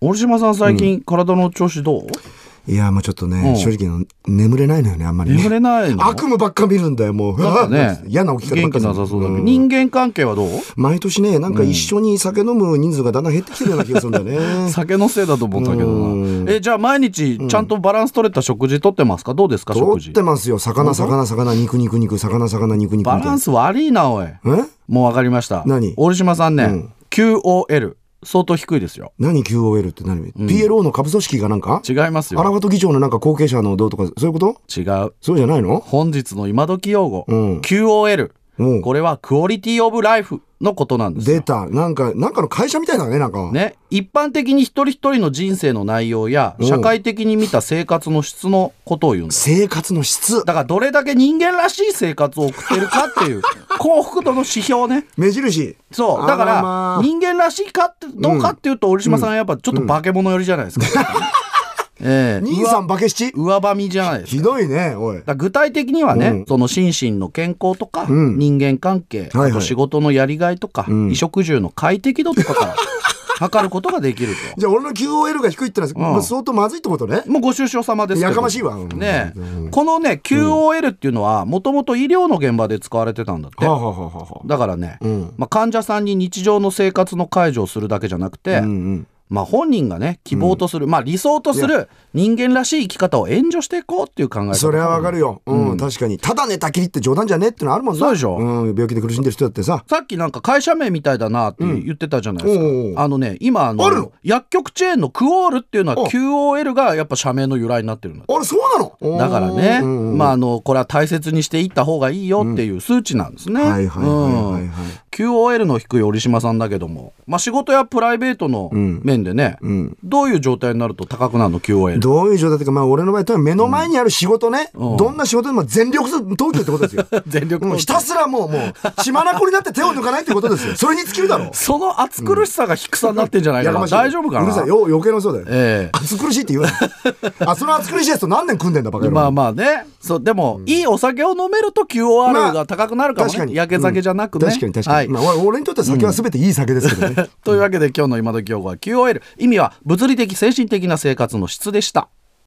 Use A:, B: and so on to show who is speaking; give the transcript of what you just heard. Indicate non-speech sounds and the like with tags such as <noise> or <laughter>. A: 森島さん最近体の調子どう、
B: いや、もうちょっと
A: うん
B: ね、正直の、眠れないのよね、あんまりね。
A: 眠れないの
B: 悪夢ばっか見るんだよ、もう。
A: なんか
B: うわ
A: ね
B: ー <laughs> 嫌な起き方ばっ
A: 元
B: か
A: 気
B: りする
A: なさそうだけど、
B: うん
A: 人間関係はどう
B: 毎年ね、なんか一緒に酒飲む人数がだんだん減ってきてるような気がするんだよね。
A: 酒のせいだと思ったけど
B: うん
A: なえじゃあ毎日ちゃんとバランス取れた食事とってますかどうですか食
B: 取っ
A: 事
B: てますよ。魚、魚、魚、肉、肉、肉、魚、魚、肉、肉みた
A: バ
B: いな。
A: ランス悪いなおい
B: え
A: もう分かりました
B: 何
A: 大島さんね、
B: うん
A: QOL 相当低いですよ
B: 何 QOL って何、?PLO の株組織がなんか
A: 違います
B: アラ
A: よ
B: ファト議長のなんか後継者のどうとか、そういうこと
A: 違う
B: そうじゃないの
A: 本日の今時用語、
B: うん
A: QOL
B: うん
A: これはクオリティオブライフのことなんですよ
B: 出た。なんか、なんかの会社みたいだね、なんか。
A: ね、一般的に一人一人の人生の内容や
B: ん
A: 社会的に見た生活の質のことを言うんです
B: 生活の質。
A: だからどれだけ人間らしい生活を送ってるか
B: <laughs>
A: っていう幸福度の指標ね
B: 目印。
A: そう
B: あ
A: だ
B: ら
A: か
B: ま
A: ら人間らしいかってどうかっていうと折島さんはやっぱちょっと化け物寄りじゃないです
B: <laughs>
A: か、ええ
B: 兄さん化け七
A: 上ばみじゃないですか
B: ひどいね、おい。
A: だから具体的にはね、
B: うん
A: その心身の健康とか、
B: うん
A: 人間関係、
B: はいはい
A: あと仕事のやりがいとか、
B: ん
A: 衣食住の快適度とかから測ることができると。
B: じゃあ俺の QOL が低いってのは、まあ相当まずいってことね。
A: もうご愁傷様ですけど
B: やかましいわうん
A: ねえこのね QOL っていうのはもともと医療の現場で使われてたんだって、
B: はあ、はあはあはあ、
A: だからね、
B: ん
A: まあ、患者さんに日常の生活の介助をするだけじゃなくて、
B: うんうん。
A: まあ、本人がね希望とする、まあ、理想とす
B: い
A: る人間らしい生き方を援助していこうっていう考え方
B: それはわかるよ。うん、確かに。ただ寝たきりって冗談じゃねえってのあるもんな。
A: そうでしょ
B: うん、病気で苦しんでる人だってさ。
A: さっきなんか会社名みたいだなって言ってたじゃないですか。
B: うんおうおう
A: あのね、今あの
B: あるの
A: 薬局チェーンのクオールっていうのは
B: あ
A: QOL がやっぱ社名の由来になってるんだって。
B: あれ、そうなの
A: だからね、
B: うんうん
A: まああのこれは大切にしていった方がいいよっていう数値なんですね。
B: はいはいはいは
A: う
B: い
A: ん
B: はい。
A: QOL の低い折島さんだけども、まあ仕事やプライベートの面でね、
B: ん
A: どういう状態になると高くなるの QOL。
B: どういう状態っていうか、まあ、俺の場合、多分目の前にある仕事ね、どんな仕事でも全力投球ってこと
A: <laughs>
B: ですよ。
A: 全力投球
B: もうひたすらもう、もう、血まなこになって手を抜かないってことですよ。それに尽きる
A: <laughs>
B: だろう。
A: その暑苦しさが低さになってんじゃないか
B: や
A: な。
B: かましい
A: 大丈夫かな。
B: うるさい。よ、余計なそうだよ。
A: ええ
B: 暑苦しいって言うな。あ、その暑苦しいやつと何年組んでんだ、バカ野郎
A: まあまあねそうでも、いいお酒を飲めると QOR が高くなるかもね、
B: まあ確かに
A: やけ酒じゃなくね、
B: 確かに確かに。
A: はい
B: まあ、俺俺にとっては酒は全ていい酒ですけどね。
A: というわけで今日の今時用語は QOL 意味は物理的精神的な生活の質でした